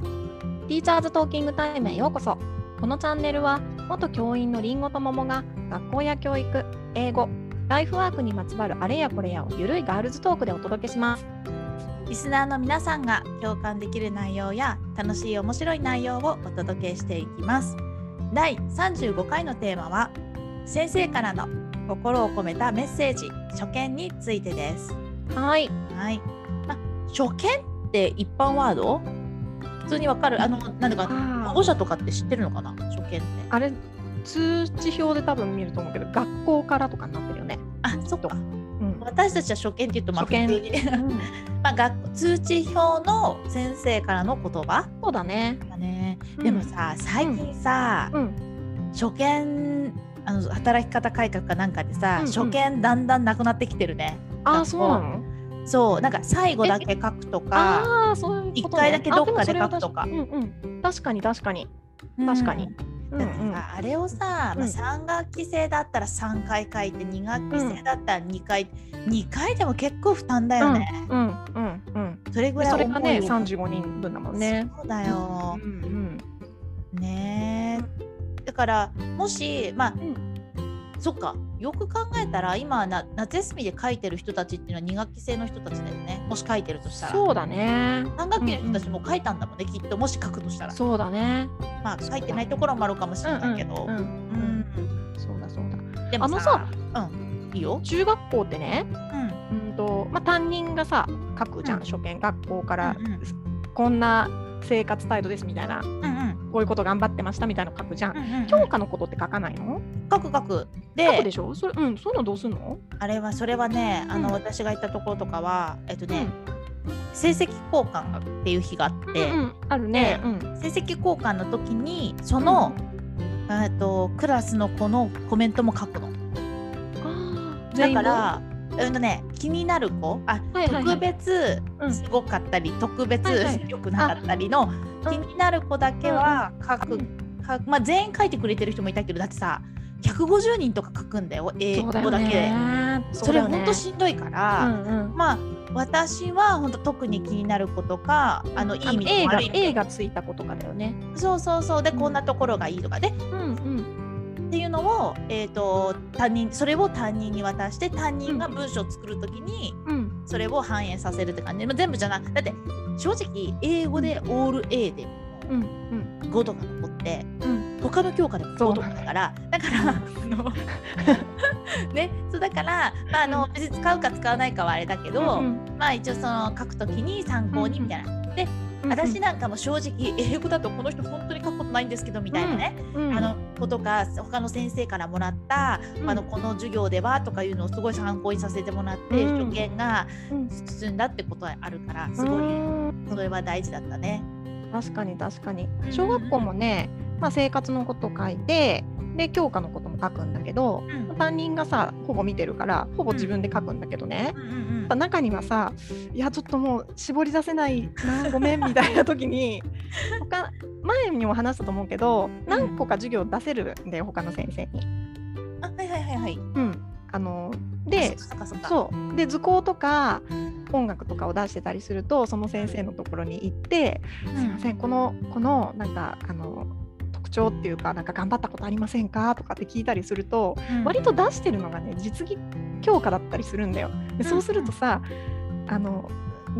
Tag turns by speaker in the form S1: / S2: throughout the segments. S1: ーチャーズトーキングタイムへようこそこのチャンネルは元教員のりんごと桃が学校や教育、英語、ライフワークにまつわるあれやこれやをゆるいガールズトークでお届けします
S2: リスナーの皆さんが共感できる内容や楽しい面白い内容をお届けしていきます第35回のテーマは先生からの心を込めたメッセージ初見についてです
S1: はい
S2: はい、まあ、初見って一般ワード普通にわかるあのなんだか保護者とかって知ってるのかな初見って
S1: あれ通知表で多分見ると思うけど学校からとかになってるよね
S2: あそっか
S1: うん
S2: 私たちは初見って言うとまあ普
S1: 初見
S2: 通に まあ学校通知表の先生からの言葉
S1: そうだね
S2: だねでもさ、最近さ、
S1: うん
S2: 初見あの働き方改革かなんかでさ、
S1: うんうん
S2: 初見だんだんなくなってきてるね。
S1: あ
S2: 学校
S1: あそうなの
S2: そうなんか最後だけ書くとか、
S1: ああーそういうことね
S2: 一回だけどっかで書くとか
S1: あでもそれは確かにうんうん確かに確かに
S2: うん
S1: 確かにうんう
S2: だってさ、
S1: ん
S2: あれをさ、
S1: う
S2: まあ、
S1: ん
S2: 3学期制だったら3回書いて2学期制だったら2回、2回でも結構負担だよね、
S1: うんうんうん
S2: それぐ
S1: で
S2: らい
S1: それがね
S2: 重いよ
S1: 35人分だもんね
S2: そうだよ
S1: う、ん
S2: ねえだからもしまあ、
S1: ん
S2: そっかよく考えたら今はな夏休みで書いてる人たちっていうのは2学期制の人たちだよねもし書いてるとしたら
S1: そうだね
S2: 3学期の人たちも書いたんだもんね、きっともし書くとしたら
S1: そうだね
S2: まあ書いてないところもあるかもしれないけど、
S1: うんうんそうだそうだ
S2: うんでもさうんいいよ、
S1: 中学校ってね
S2: うん
S1: うんとまあ担任がさ書くじゃん
S2: うん
S1: 初見学校か
S2: う
S1: ら
S2: んうん
S1: こんな生活態度ですみたいな
S2: うんうん
S1: こういうこと頑張ってましたみたいなの書くじゃん
S2: うんうん、
S1: 教科のことって書かないの
S2: 書く書く
S1: 書くで
S2: で
S1: しょそれうんそういうのどうすんの
S2: あれはそれはねあの、
S1: うん
S2: 私が行ったところとかはえっとね、成績交換っていう日があっ
S1: うん
S2: て、
S1: うんあるねうん
S2: 成績交換の時にその、えっとクラスの子のコメントも書くの
S1: あー
S2: だからうんとね気になる子あ、
S1: はいはいはい
S2: 特別
S1: うん
S2: すごかったり、特別
S1: はいはい
S2: 良くなかったりの、気になる子だけは書
S1: う
S2: く、
S1: ん
S2: 書くまあ、全員書いてくれてる人もいたけどだってさ150人とか書くんだよ英
S1: そ
S2: 語
S1: うだ
S2: だけ
S1: よ
S2: で。
S1: ね
S2: それほんとしんどいから、
S1: うん
S2: まあ私は本当特に気になることかあのいい意味で
S1: 映
S2: も
S1: 画
S2: 悪い意味で
S1: 映画ついたことかだよね。
S2: もそうそうそうで
S1: うん
S2: こんなところがいいとかでっ
S1: うんうん。
S2: ていうのを、えー、と担任それを担任に渡して担任が文章を作るときに
S1: うん。
S2: それを反映させるって感じで全部じゃなくだって正直英語でオール A で
S1: うんうん
S2: 5とか残って
S1: うん。
S2: 他の教科でも
S1: そう
S2: 5とかだからだからあの ねそうだから、まあ、あの別に使うか使わないかはあれだけど、
S1: うん
S2: まあ一応その書くときに参考にみたいな、私なんかも正直英語だとこの人本当に書くことないんですけどみたいなね、
S1: うん
S2: あの子とか他の先生からもらった、
S1: うん
S2: あのこの授業ではとかいうのをすごい参考にさせてもらって、
S1: うん
S2: 受験が
S1: うん
S2: 進んだってことはあるからす
S1: う
S2: ごい
S1: ん
S2: それは大事だったね。
S1: 確かに確かに
S2: ん
S1: 小学校もね、まあ、生活のこと書いてで教科のことも書くんだけど
S2: うん
S1: 担任がさほぼ見てるからほぼ自分で書くんだけどね、
S2: うんうんうん
S1: やっぱ中にはさいやちょっともう絞り出せないなごめんみたいな時に他前にも話したと思うけど何個か授業出せるんだよ他の先生に。
S2: あはいはいはいはい。
S1: うん、あので
S2: あそっかそっかそっか
S1: そうで図工とか音楽とかを出してたりするとその先生のところに行って「すいませんこのこのなんかあの特徴っていうかなんか頑張ったことありませんか?」とかって聞いたりすると
S2: うん
S1: 割と出してるのがね実技教科だったりするんだよ。でそうするとさあの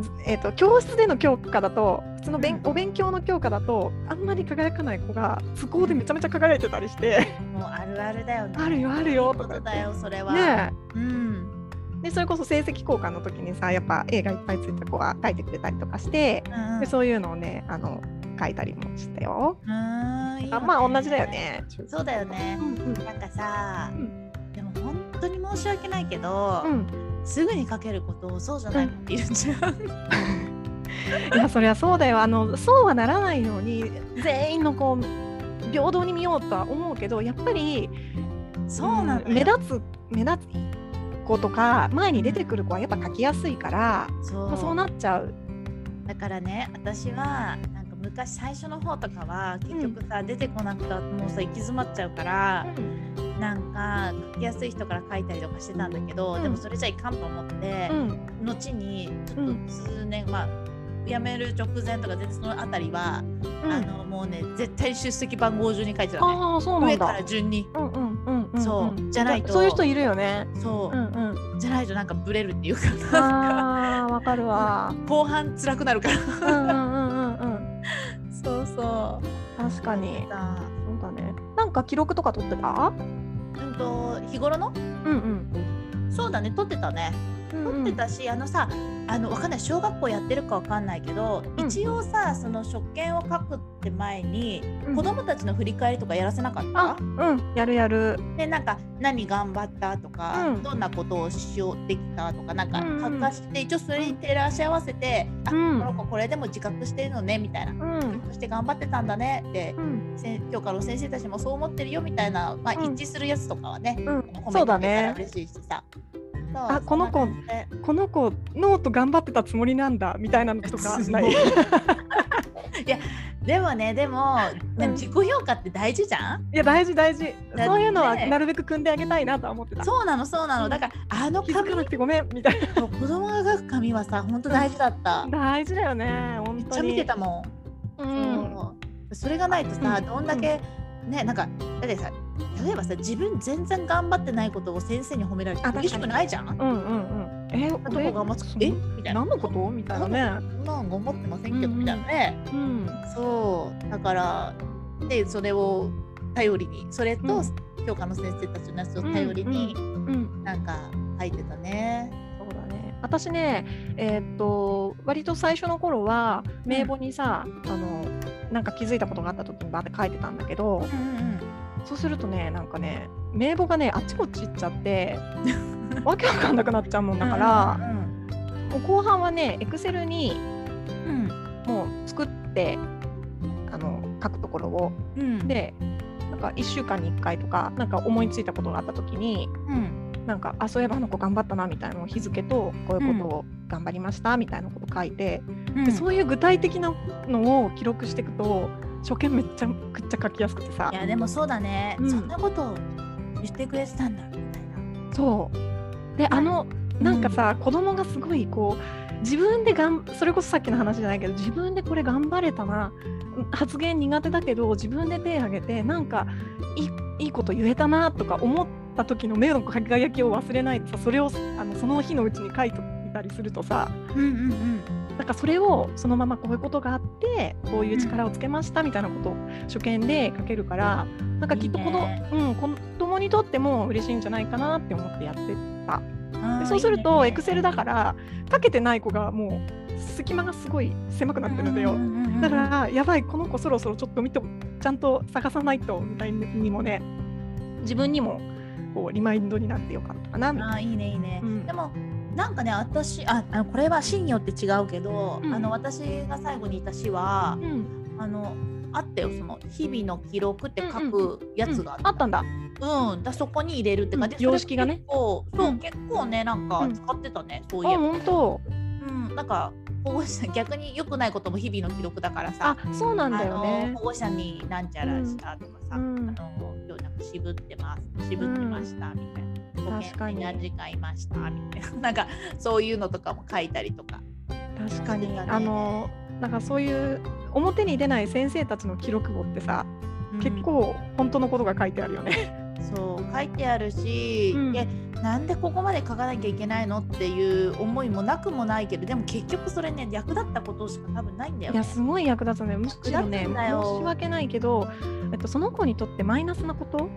S1: ずえー、と教室での教科だと普通の勉
S2: うん
S1: お勉強の教科だとあんまり輝かない子が図工でめちゃめちゃ輝いてたりして
S2: もうあるあるだよ
S1: 「
S2: ね。
S1: あるよあるよ」と
S2: こ
S1: か
S2: と
S1: って
S2: だよそれは。
S1: ねえ
S2: うん
S1: でそれこそ成績交換の時にさやっぱ絵がいっぱいついた子は描いてくれたりとかして、
S2: うんうん
S1: でそういうのをねあの描いたりもしたよ。
S2: うーんいいよね
S1: あまあ同じだよね。
S2: そうだよね
S1: うんうん
S2: なんかさ、
S1: う
S2: でも本当に申し訳ないけど、
S1: うん、
S2: すぐに書けることをそうじゃない子っているじゃん。
S1: いやそりゃそうだよあのそうはならないように全員のこう平等に見ようとは思うけどやっぱり
S2: そうなのよ、
S1: ん目立つ目立つ子とか前に出てくる子はやっぱ描きやすいから、
S2: そう
S1: まあそうなっちゃう。
S2: だからね私はなんか昔最初の方とかは結局さ、出てこなくたらもうさ行き詰まっちゃうから、なんか書きやすい人から書いたりとかしてたんだけど、
S1: うん
S2: でもそれじゃいかんと思って
S1: う、ん
S2: 後にちょっと数年、まあ辞める直前とか全然そのあたりは、
S1: うん
S2: あのもうね絶対出席番号順に書いてたね
S1: ああそうな
S2: 上
S1: ん
S2: か
S1: だ
S2: ら。順に
S1: うんうんうんうんん
S2: そうじゃないと
S1: そういう人いるよね。
S2: そうう、
S1: んうん。
S2: じゃないとなんかブレるっていうかなんか
S1: ああわかるわ。
S2: 後半辛くなるから
S1: うんうんうんうんうん。
S2: そうそう
S1: 確かに。
S2: さあ
S1: そうだね。なんか記録とか取ってた？
S2: うんと日頃の
S1: うん
S2: そうだね撮ってたね
S1: うん。
S2: 撮ってたし、あのさあのわかんない小学校やってるかわかんないけど、
S1: うん
S2: 一応さその職権を書くって前に、
S1: うん
S2: 子供たちの振り返りとかやらせなかった
S1: あ、うん、やるやる。
S2: でなんか何頑張ったとか、
S1: うん
S2: どんなことをしようできたとかなんか
S1: うんうん
S2: 書かして、一応それに照らし合わせて、
S1: う
S2: あ
S1: ん
S2: この子これでも自覚してるのねみたいな。
S1: うん。
S2: そして頑張ってたんだねって
S1: うん、
S2: せん教科の先生たちもそう思ってるよみたいな、まあ、
S1: うん
S2: 一致するやつとかはね、
S1: うん
S2: 褒めてくれたら
S1: そうだね
S2: 嬉しいしさそう
S1: あこの子
S2: そんな感じで
S1: この子ノート頑張ってたつもりなんだみたいなの とかない い
S2: でもねでも、でも自己評価って大事じゃん
S1: や大事大事
S2: ね
S1: そういうのはなるべく組んであげたいなとは思ってた
S2: そうなのそうな
S1: う
S2: の
S1: ん
S2: だからあの
S1: 気づ
S2: 紙
S1: かなくてごめんみたい
S2: 子供が書く紙はさ本当大事だった
S1: な大事だよね本当
S2: め
S1: に
S2: っちゃ見てたも、
S1: うんん
S2: そうそれがないとさ、
S1: うん
S2: どんだけねなんかだってさ例えばさ自分全然頑張ってないことを先生に褒められて
S1: あ確かに
S2: 嬉しくないじゃん
S1: うんうんうんえ
S2: あとこ頑張って
S1: そ
S2: えみたいな
S1: 何のことみたいなね
S2: そんなん頑張ってませんけど
S1: うんうん
S2: みたいなね、
S1: うん
S2: そうだからでそれを頼りにそれと、
S1: うん
S2: 教科の先生たちのやつを頼りに、
S1: うん
S2: なんか書いてたね。
S1: そうだね私ねえーっと割と最初の頃は名簿にさあのなんか気づいたことがあった時にバーって書いてたんだけどそうするとねなんかね名簿がねあっちこっち行っちゃって わけわかんなくなっちゃうもんだから、
S2: うん
S1: もう後半はねエクセルに
S2: うんうん
S1: もう作ってあの書くところを
S2: うん、
S1: でなんか1週間に1回とかなんか思いついたことがあった時に
S2: うん、
S1: なんかあそういえばあの子頑張ったなみたいなのを日付とこういうことを頑張りましたみたいなこと書いて、
S2: うん、
S1: でそういう具体的なのを記録していくと初見めっちゃくっちゃ書きやすくてさ
S2: いやでもそうだね、
S1: うん
S2: そんなことを言ってくれてたんだみたいな。
S1: そうであのなんかさ、子供がすごいこう自分でがんそれこそさっきの話じゃないけど自分でこれ頑張れたな発言苦手だけど自分で手挙げてなんかいいいいこと言えたなとか思った時の目の輝きを忘れないとさそれをあのその日のうちに書いていたりするとさ
S2: うんうんうん、
S1: なんかそれをそのままこういうことがあってこういう力をつけましたみたいなことを初見で書けるからなんかきっとこの
S2: いいね
S1: うん、子供にとっても嬉しいんじゃないかなって思ってやって
S2: あ
S1: で
S2: ー
S1: そうするとエクセルだかららかけてない子がもう隙間がすごい狭くなってるんだよ。だからやばいこの子そろそろちょっと見てちゃんと探さないとみたいにもね自分にもこうリマインドになってよかったかなみたい
S2: あーいいねいいね、
S1: うん
S2: でもなんかね私ああのこれは市によって違うけど、
S1: うん
S2: あの私が最後にいた市は
S1: な。うん
S2: あのあったよその日々の記録って書くやつがあった,、
S1: あったんだ。
S2: うんだそこに入れるって感じ、
S1: うん様式がね
S2: 結構そう、
S1: うん
S2: 結構ねなんか
S1: うん
S2: 使ってたね、そう
S1: あ
S2: いえば、
S1: 本当。
S2: うん、なんか保護者逆に良くないことも日々の記録だからさ
S1: あそうなんだよ
S2: あの
S1: ね
S2: 保。護者になんちゃらしたとかさ、
S1: うん
S2: あの今日なんか渋ってます渋ってましたみたいな、保
S1: 確か
S2: 険
S1: に
S2: に何時間いましたみたいな なんかそういうのとかも書いたりとか
S1: 確か
S2: そう
S1: に
S2: だね
S1: あのなんかそういう表に出ない先生たちの記録簿ってさ、結構本当のことが書いてあるよね。
S2: うんそう書いてあるし、
S1: うん
S2: えなんでここまで書かなきゃいけないのっていう思いもなくもないけどでも結局それね役立ったことしか多分ないんだよ
S1: いや
S2: ね。
S1: すごい役立つねむしろね
S2: 役立つんだよ
S1: 申し訳ないけど、えっと、その子にとってマイナスなこと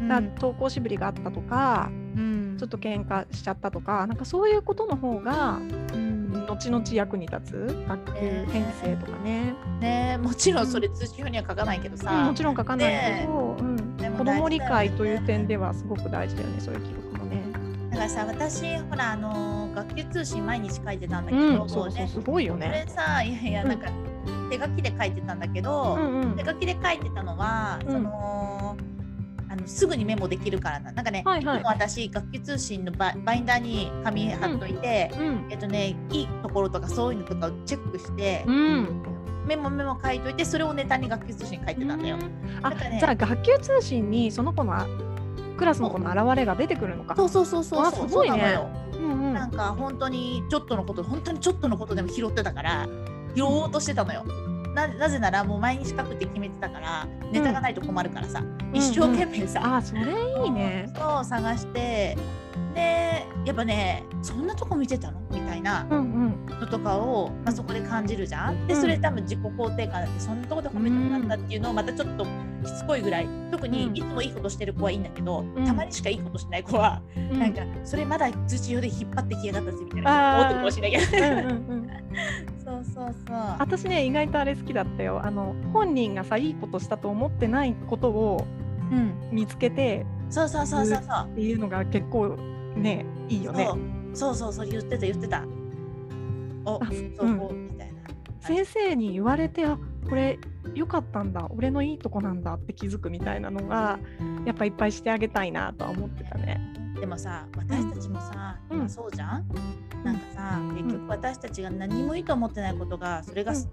S2: うん
S1: が登校しぶりがあったとか、
S2: うん
S1: ちょっと喧嘩しちゃったとかなんかそういうことの方が
S2: うん
S1: 後々役に立つ学級
S2: ね
S1: 編成とかね、
S2: ねもちろんそれ通知表には書かないけどさ、
S1: もちろん書かないけど、うん
S2: でも
S1: 子ども理解とい
S2: 大事だよ
S1: う
S2: ね
S1: 点ではすごく大事だよねそういう記録もね。
S2: だからさ私ほらあのー学級通信毎日書いてたんだけど、
S1: う
S2: も
S1: ん、そうそう
S2: ね
S1: すごいよ
S2: これ
S1: ね。
S2: さいやいや
S1: うん
S2: なんか、手書きで書いてたんだけ
S1: う
S2: ど、
S1: んうん
S2: 手書きで書いてたのは、
S1: うん
S2: そのあのすぐにメモできるからななんかね、
S1: はいはい
S2: つも私学級通信のババインダーに紙貼っといて、
S1: うん
S2: えっとねいいところとかそういうのとかをチェックして、
S1: うん
S2: メモメモ書いといてそれをネタに学級通信書いてたんだよ。
S1: あ
S2: なんかね
S1: じゃあ学級通信にその子のあクラスの子の現れが出てくるのか。
S2: そうそうそうそう
S1: あ
S2: そう
S1: すごいね
S2: そうなのよ
S1: うんうん
S2: なんか本当にちょっとのこと本当にちょっとのことでも拾ってたから言おうとしてたのよ。ななぜならもう毎日書くって決めてたからネタがないと困るからさ、一生懸命さ、
S1: あそれいいね。
S2: そう探してでやっぱねそんなとこ見てたのみたいな
S1: うん
S2: のとかを、まあ、そこで感じるじゃん。で
S1: うん
S2: それ多分自己肯定感だってそんなとこで褒めたくなったっていうのをまたちょっとしつこいぐらい特に
S1: うん
S2: いつもいいことしてる子はいいんだけど、
S1: うん
S2: たまにしかいいことしない子は、
S1: うん。
S2: なんかそれまだ通知表で引っ張ってきやがったぜみたい
S1: あ
S2: な
S1: ー
S2: 思ってるかもしれないけ
S1: うん
S2: ど。
S1: うんうん。
S2: そうそうそう。
S1: 私ね意外とあれ好きだったよあの本人がさいいことしたと思ってないことを
S2: うん。
S1: 見つけて
S2: そうそうそうそうそう。
S1: っていうのが結構ねいいよね
S2: そうそうそうそう言ってた言ってた。お
S1: あ
S2: そう
S1: うん
S2: こうみたいな。
S1: 先生に言われてあこれ良かったんだ俺のいいとこなんだって気づくみたいなのがやっぱいっぱいしてあげたいなとは思ってたね
S2: でもさ私たちもさ、
S1: うん
S2: 今そうじゃんなんかさ結局私たちが何もいいと思ってないことがそれがす,、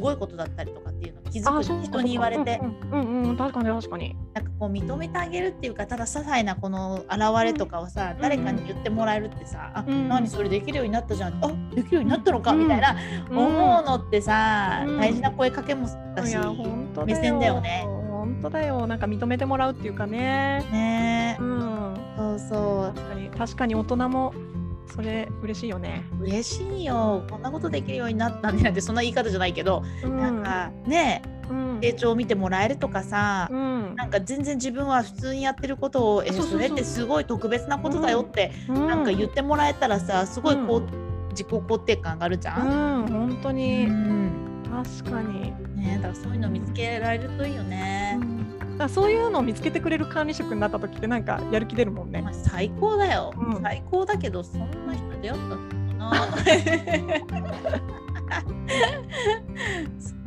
S2: ごいことだったりとかっていうのを気づくじゃん人に言われて、
S1: うんうんうんうん確かに確かに
S2: なんかこう認めてあげるっていうかただ些細なこの現れとかをさ、
S1: うん
S2: 誰かに言ってもらえるってさ「あ
S1: うん
S2: 何それできるようになったじゃん」あできるようになったのか」みたいな思うのってさ、
S1: うん
S2: 大事な声かけもだ
S1: い
S2: し、
S1: や本当
S2: 目線だよね
S1: 本当だよなんか認めてもらうっていうかね
S2: ねえ
S1: うん
S2: そうそ
S1: 確かに確かに大人もそれ嬉しいよね。
S2: う嬉しいよこんなことできるようになったねなんてそんな言い方じゃないけど、なんかねえ
S1: うん
S2: 成長を見てもらえるとかさ、
S1: うん
S2: なんか全然自分は普通にやってることを「え
S1: そうそうそう
S2: それってすごい特別なことだよ」ってなんか言ってもらえたらさすごいこう、
S1: う
S2: 自己肯定感上がるじゃ
S1: うん
S2: ん。
S1: 本当
S2: う
S1: に
S2: ん
S1: 確かに、
S2: ね、だからそういうの見つけられるといいよね。
S1: だからそういうのを見つけてくれる管理職になった時ってなんかやる気出るもんね
S2: まあ、。最高だよ、
S1: うん
S2: 最高だけどそんな人出会ったのか な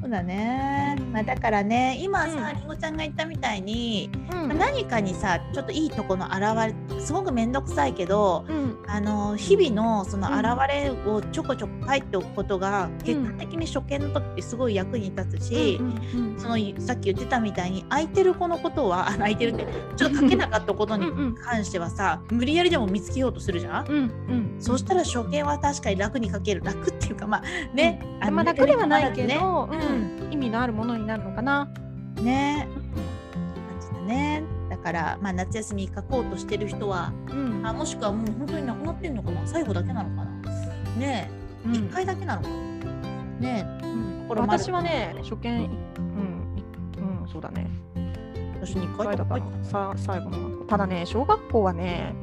S2: そうだね、まあ、だからね今さ、
S1: うん
S2: りんごちゃんが言ったみたいに
S1: うん
S2: 何かにさちょっといいとこの現れすごく面倒くさいけど
S1: うん
S2: あの日々のその
S1: うん
S2: 現れをちょこちょこ書いておくことが結果的に初見の時ってすごい役に立つし。
S1: うん
S2: そのさっき言ってたみたいに空いてる子のことはあ 空いてるってちょっと書けなかったことに
S1: うん
S2: 関してはさ無理やりでも見つけようとするじゃん、
S1: うんうん
S2: そしたら初見は確かに楽に書ける楽っていうかまあね、あの
S1: まあ楽ではないけ
S2: ね
S1: ど、
S2: ね
S1: うん意味のあるものになるのかな。
S2: ね感じだねだから、まあ、夏休み書こうとしてる人は
S1: うん
S2: あもしくはもう本当になくなってんのかな最後だけなのかなね
S1: う
S2: え、
S1: ん
S2: 一1回だけなのかなね
S1: うん
S2: これもある
S1: 私はね初見うんうんそうだね
S2: え私2
S1: 一
S2: 回
S1: 回
S2: と
S1: だ
S2: か
S1: か
S2: 書い
S1: ら
S2: て
S1: さ最後のただね小学校はね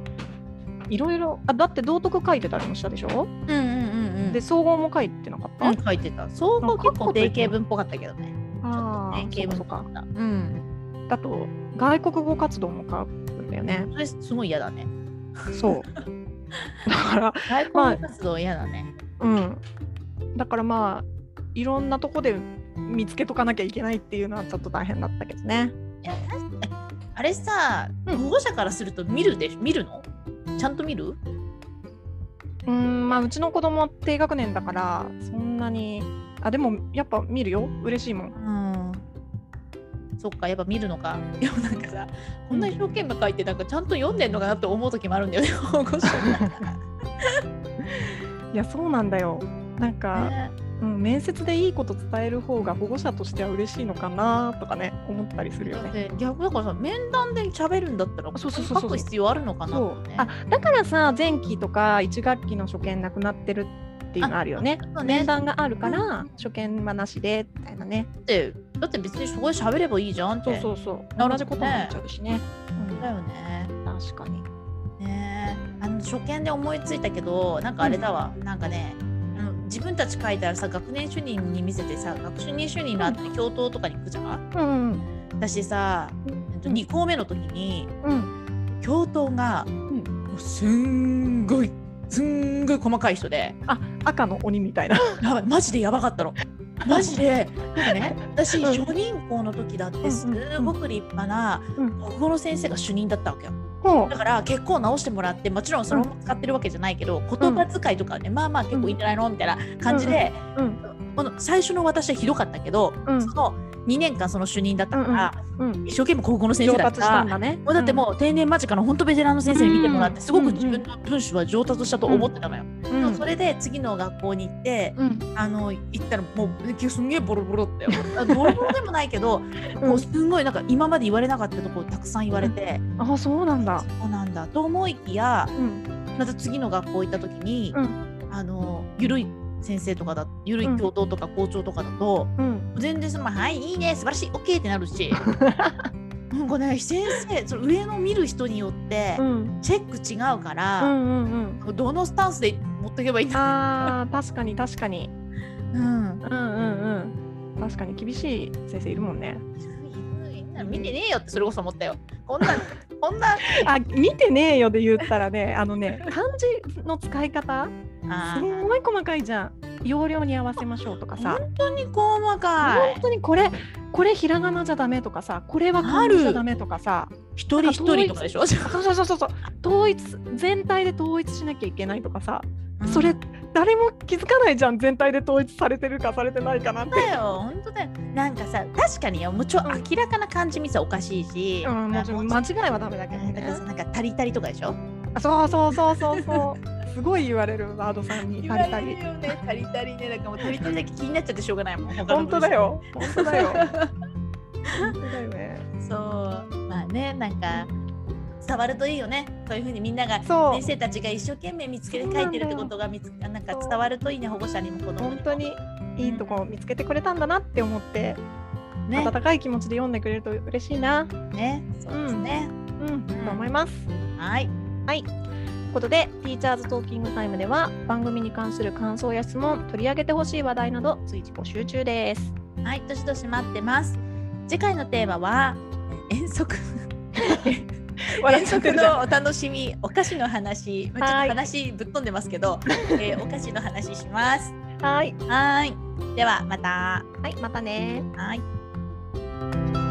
S1: いろいろあだって道徳書いてたりもしたでしょ、
S2: たうんうんうんうん
S1: で総合も書いてなかった、
S2: うん、書いてた総合結構定型文っぽかったけどねちょっ
S1: あ
S2: と
S1: あ
S2: 定型文
S1: そ
S2: と
S1: うか
S2: か
S1: そうか
S2: うん
S1: だと外国語活動も書くんだよね
S2: それすごい嫌だね
S1: そう だから
S2: 外交活動嫌だね、
S1: うんだからまあいろんなとこで見つけとかなきゃいけないっていうのはちょっと大変だったけどね
S2: いや確かにあれさ
S1: うん
S2: 保護者からすると見るでしょ見るのちゃんと見る
S1: うんまあうちの子供は低学年だからそんなにあでもやっぱ見るよ嬉しいもん
S2: うんそっかやっぱ見るのかいやなんかさこんな一生懸命書いてなんかちゃんと読んでんのかなって思う時もあるんだよね保護者
S1: いやそうなんだよなんか、
S2: ね
S1: うん、面接でいいこと伝える方が保護者としては嬉しいのかなとかね思ったりするよ
S2: だっ
S1: ね。
S2: て逆だからさ面談で喋るんだったら
S1: そうそうそうそう
S2: 書く必要あるのかな
S1: そ
S2: と
S1: う
S2: ね
S1: あだからさ前期とか1学期の初見なくなってるっていうのあるよね
S2: あ。そうね
S1: 面談があるか
S2: うん
S1: ら初見はなしでみたいなね。
S2: だってだって別にそこで喋ればいいじゃんって
S1: そうそうそう
S2: なる
S1: 同
S2: ほどね
S1: じことになっちゃうしね。
S2: だよね
S1: うん、確かに。
S2: ねえあの初見で思いついたけどなんかあれだわ、なんかねあの自分たち書いたらさ学年主任に見せてさ学習任主任のあって教頭とかに行くじゃん、
S1: うん
S2: 私さ、えっと、2校目の時に
S1: うん
S2: 教頭が、もうすんごいすんごい細かい人で
S1: 赤の鬼みたいな。
S2: やばいマジでやばかったの。マジでなんかね私
S1: うん
S2: 初任校の時だってすごく立派な
S1: うん
S2: 国語の先生が主任だったわけよ。
S1: ほ
S2: だから結構直してもらってもちろんそのまま使ってるわけじゃないけど、言葉遣いとかねまあまあ結構いいんじゃないのみたいな感じで、
S1: うん
S2: この最初の私はひどかったけど、
S1: うん
S2: その2年間その主任だったから、
S1: うん、
S2: 一生懸命高校の先生
S1: 上
S2: だ
S1: 達
S2: か
S1: した
S2: ら
S1: んだね。
S2: もうだってもう定年間近の本当ベテランの先生に見てもらっ
S1: う
S2: て、
S1: ん
S2: すごく自分の文章は上達したと思ってたのよ。
S1: うん、
S2: で
S1: う
S2: も
S1: ん、
S2: それで次の学校に行って、
S1: うん、
S2: あの行ったらもうすんげえボロボロって あボロボロでもないけど、もうすんごいなんか今まで言われなかったところたくさん言われて、
S1: あ、そうなんだ。
S2: そうなんだと思いきや
S1: うん、
S2: また次の学校行った時に、
S1: う
S2: あのゆるい先生とかだゆるい教頭とか校長とかだと、
S1: うん、
S2: 全然その「はいいいね素晴らしい OK」ってなる しなんかね先生その上の見る人によって
S1: うん、
S2: チェック違うか
S1: う
S2: ら、
S1: ん、うん、
S2: どのスタンスで持っていけばいいん
S1: うん。
S2: だ、
S1: ああ、確かに、確かに。
S2: うん、
S1: うん、うん、うん。確かに厳しい先生いるもんね。
S2: 見てねえよってそれこそ思ったよ。こん なこんな
S1: あ、見てねえよで言ったらね、あのね、漢字の使い方。
S2: あ
S1: すんごい細かいじゃん。容量に合わせましょうとかさ。
S2: 本当に細かい
S1: 本当にこれ、これひらがなじゃダメとかさ、これは漢字じゃダメとかさ。
S2: 一人一人とかでしょ
S1: そうそうそうそうそう。統一、全体で統一しなきゃいけないとかさ。それ誰も気づかないじゃん全体で統一されてるかされてないかなんて。
S2: だよ本当だよなんかさ確かによもうちょ明らかな感じミスはおかしいし、
S1: うん、もちろん間違いはダメだけど
S2: だから
S1: ね
S2: さ。なんかタリタリとかでしょ
S1: あそうそうそうそうそう。すごい言われるワードさんにバリバリ。
S2: よねタリタリねなんかもうタリタリだけ気になっちゃってしょうがないもん
S1: 本当だよ。本当だよ。本当だよね。
S2: そうまあねなんか伝わるといいよねそういうふうにみんなが
S1: そう
S2: 先生たちが一生懸命見つけて
S1: そう
S2: 書
S1: なんだよ
S2: いてるってことが見つなんか
S1: そう
S2: 伝わるといいね保護者にも子供に
S1: 本
S2: も
S1: 当にいいとこ見つけてくれたんだなって思って、
S2: ね
S1: 温かい気持ちで読んでくれると嬉しいな。
S2: ねそうですね、
S1: うん、と思います。
S2: はい
S1: ということで、ティーチャーズトーキングタイムでは番組に関する感想や質問、取り上げてほしい話題など随時募集中です。
S2: はい、どしどし待ってます。次回のテーマはえー遠足遠足のお楽しみ、お菓子の話、まあちょっ
S1: はい
S2: と話ぶっ飛んでますけど、えーお菓子の話します。
S1: はい、
S2: はーい、ではまた。
S1: はい、またね
S2: はい。